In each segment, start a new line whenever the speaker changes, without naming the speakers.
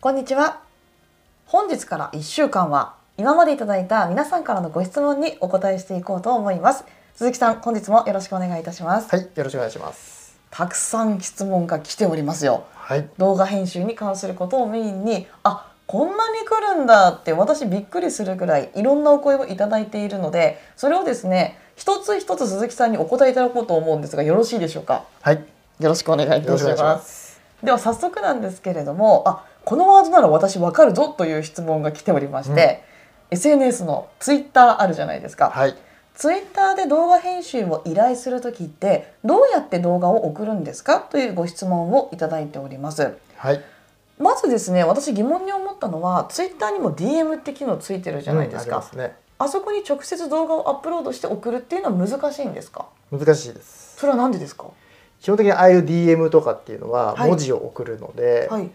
こんにちは。本日から1週間は今までいただいた皆さんからのご質問にお答えしていこうと思います。鈴木さん、本日もよろしくお願いいたします。
はい、よろしくお願いします。
たくさん質問が来ておりますよ。
はい、
動画編集に関することをメインにあこんなに来るんだって私びっくりするぐらいいろんなお声をいただいているのでそれをですね一つ一つ鈴木さんにお答えいただこうと思うんですがよろしいでしょうか
はい、よ
よろしくお願いいた
ろし
し
くお願
ま
い
す
します。
では早速なんですけれどもあこのワードなら私わかるぞという質問が来ておりまして、SNS のツイッターあるじゃないですか、
はい、
ツイッターで動画編集を依頼する時ってどうやって動画を送るんですかというご質問をいただいております
はい、
まずですね私疑問に思ったのはツイッターにも DM って機能ついてるじゃないですか、
うんありますね。
あそこに直接動画をアップロードして送るっていうのは難しいんですか
難しいです。
それは何でですか
基本的にああいう DM とかっていうのは
はい
文字を送るので、
はいう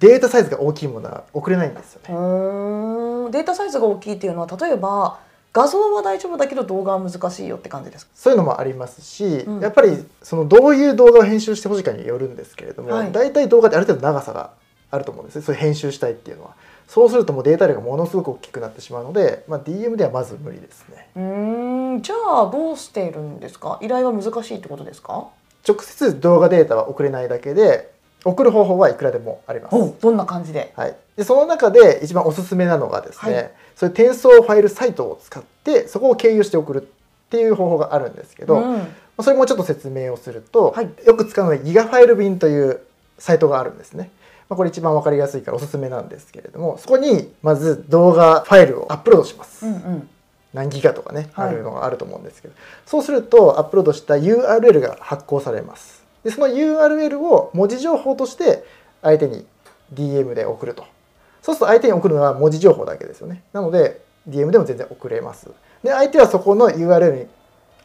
データサイズが大きいものは送れないんですよね。
ーんデータサイズが大きいっていうのは例えば画像は大丈夫だけど動画は難しいよって感じですか
そういうのもありますし、
ん
やっぱりそのどういう動画を編集してほしいかによるんですけれども、
はい
大体動画ってある程度長さがあると思うんですね。そういう編集したいっていうのは。そうするともうデータ量がものすごく大きくなってしまうので、まあ DM ではまず無理ですね。
うーんじゃあどうしているんですか依頼は難しいってことですか
直接動画データは送れないだけで、送る方法はいくらでもあります。
おどんな感じで
はい、でその中で一番おすすめなのがですね、
は
そういう転送ファイルサイトを使ってそこを経由して送るっていう方法があるんですけど、ま
うん
あそれもちょっと説明をすると、
はい
よく使うのがギガファイル便というサイトがあるんですね。まあ、これ一番わかりやすいからおすすめなんですけれどもそこにまず動画ファイルをアップロードします、
うんうん
何ギガとかね、
はい
あるのがあると思うんですけどそうするとアップロードした URL が発行されますでその URL を文字情報として相手に DM で送るとそうすると相手に送るのは文字情報だけですよねなので DM でも全然送れますで相手はそこの URL に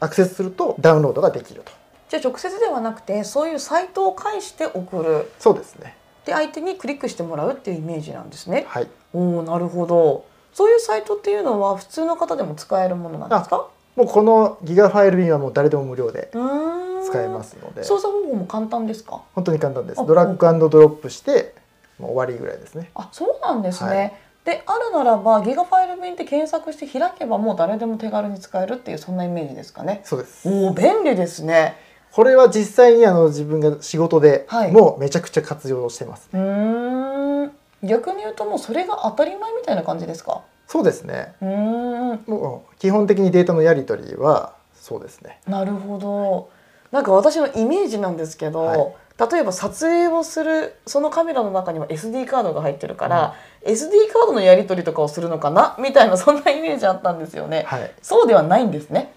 アクセスするとダウンロードができると
じゃあ直接ではなくてそういうサイトを介して送る
そうですね
で相手にクリックしてもらうっていうイメージなんですね。
はい
おおなるほど。そういうサイトっていうのは普通の方でも使えるものなんですか？
もうこのギガファイル便はもう誰でも無料で
うーん。。
使えますすので
操作方法も簡単ですか？
本当に簡単です
あ
ドラッグドロップしてもう終わりぐらいですね
あそうなんですね。
は
であるならばギガファイル便って検索して開けばもう誰でも手軽に使えるっていうそんなイメージですかね。
そうです
おお便利ですね。
これは実際にあの自分が仕事で
はい
もうめちゃくちゃ活用してます、
うーん。逆に言うともうそれが当たり前みたいな感じですか？
そうですね
うーん。
もう基本的にデータのやり取りはそうですね
なるほど。なんか私のイメージなんですけど、例えば撮影をするそのカメラの中には SD カードが入ってるから、SD カードのやり取りとかをするのかなみたいなそんなイメージあったんですよね。
はい
そうではないんですね。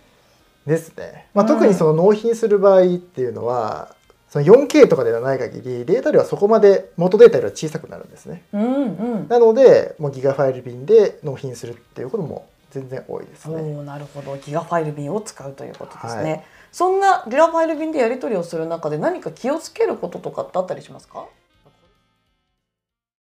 ですね、ま
う
あ、
ん
特にその納品する場合っていうのはその 4K とかではない限りデータ量はそこまで元データよりは小さくなるんですね
うんうん。
なのでもうギガファイル便で納品するっていうことも全然多いです
そ
ね
うなるほどギガファイル便を使うということですね、
はい
そんなギガファイル便でやり取りをする中で何か気をつけることとかってあったりしますか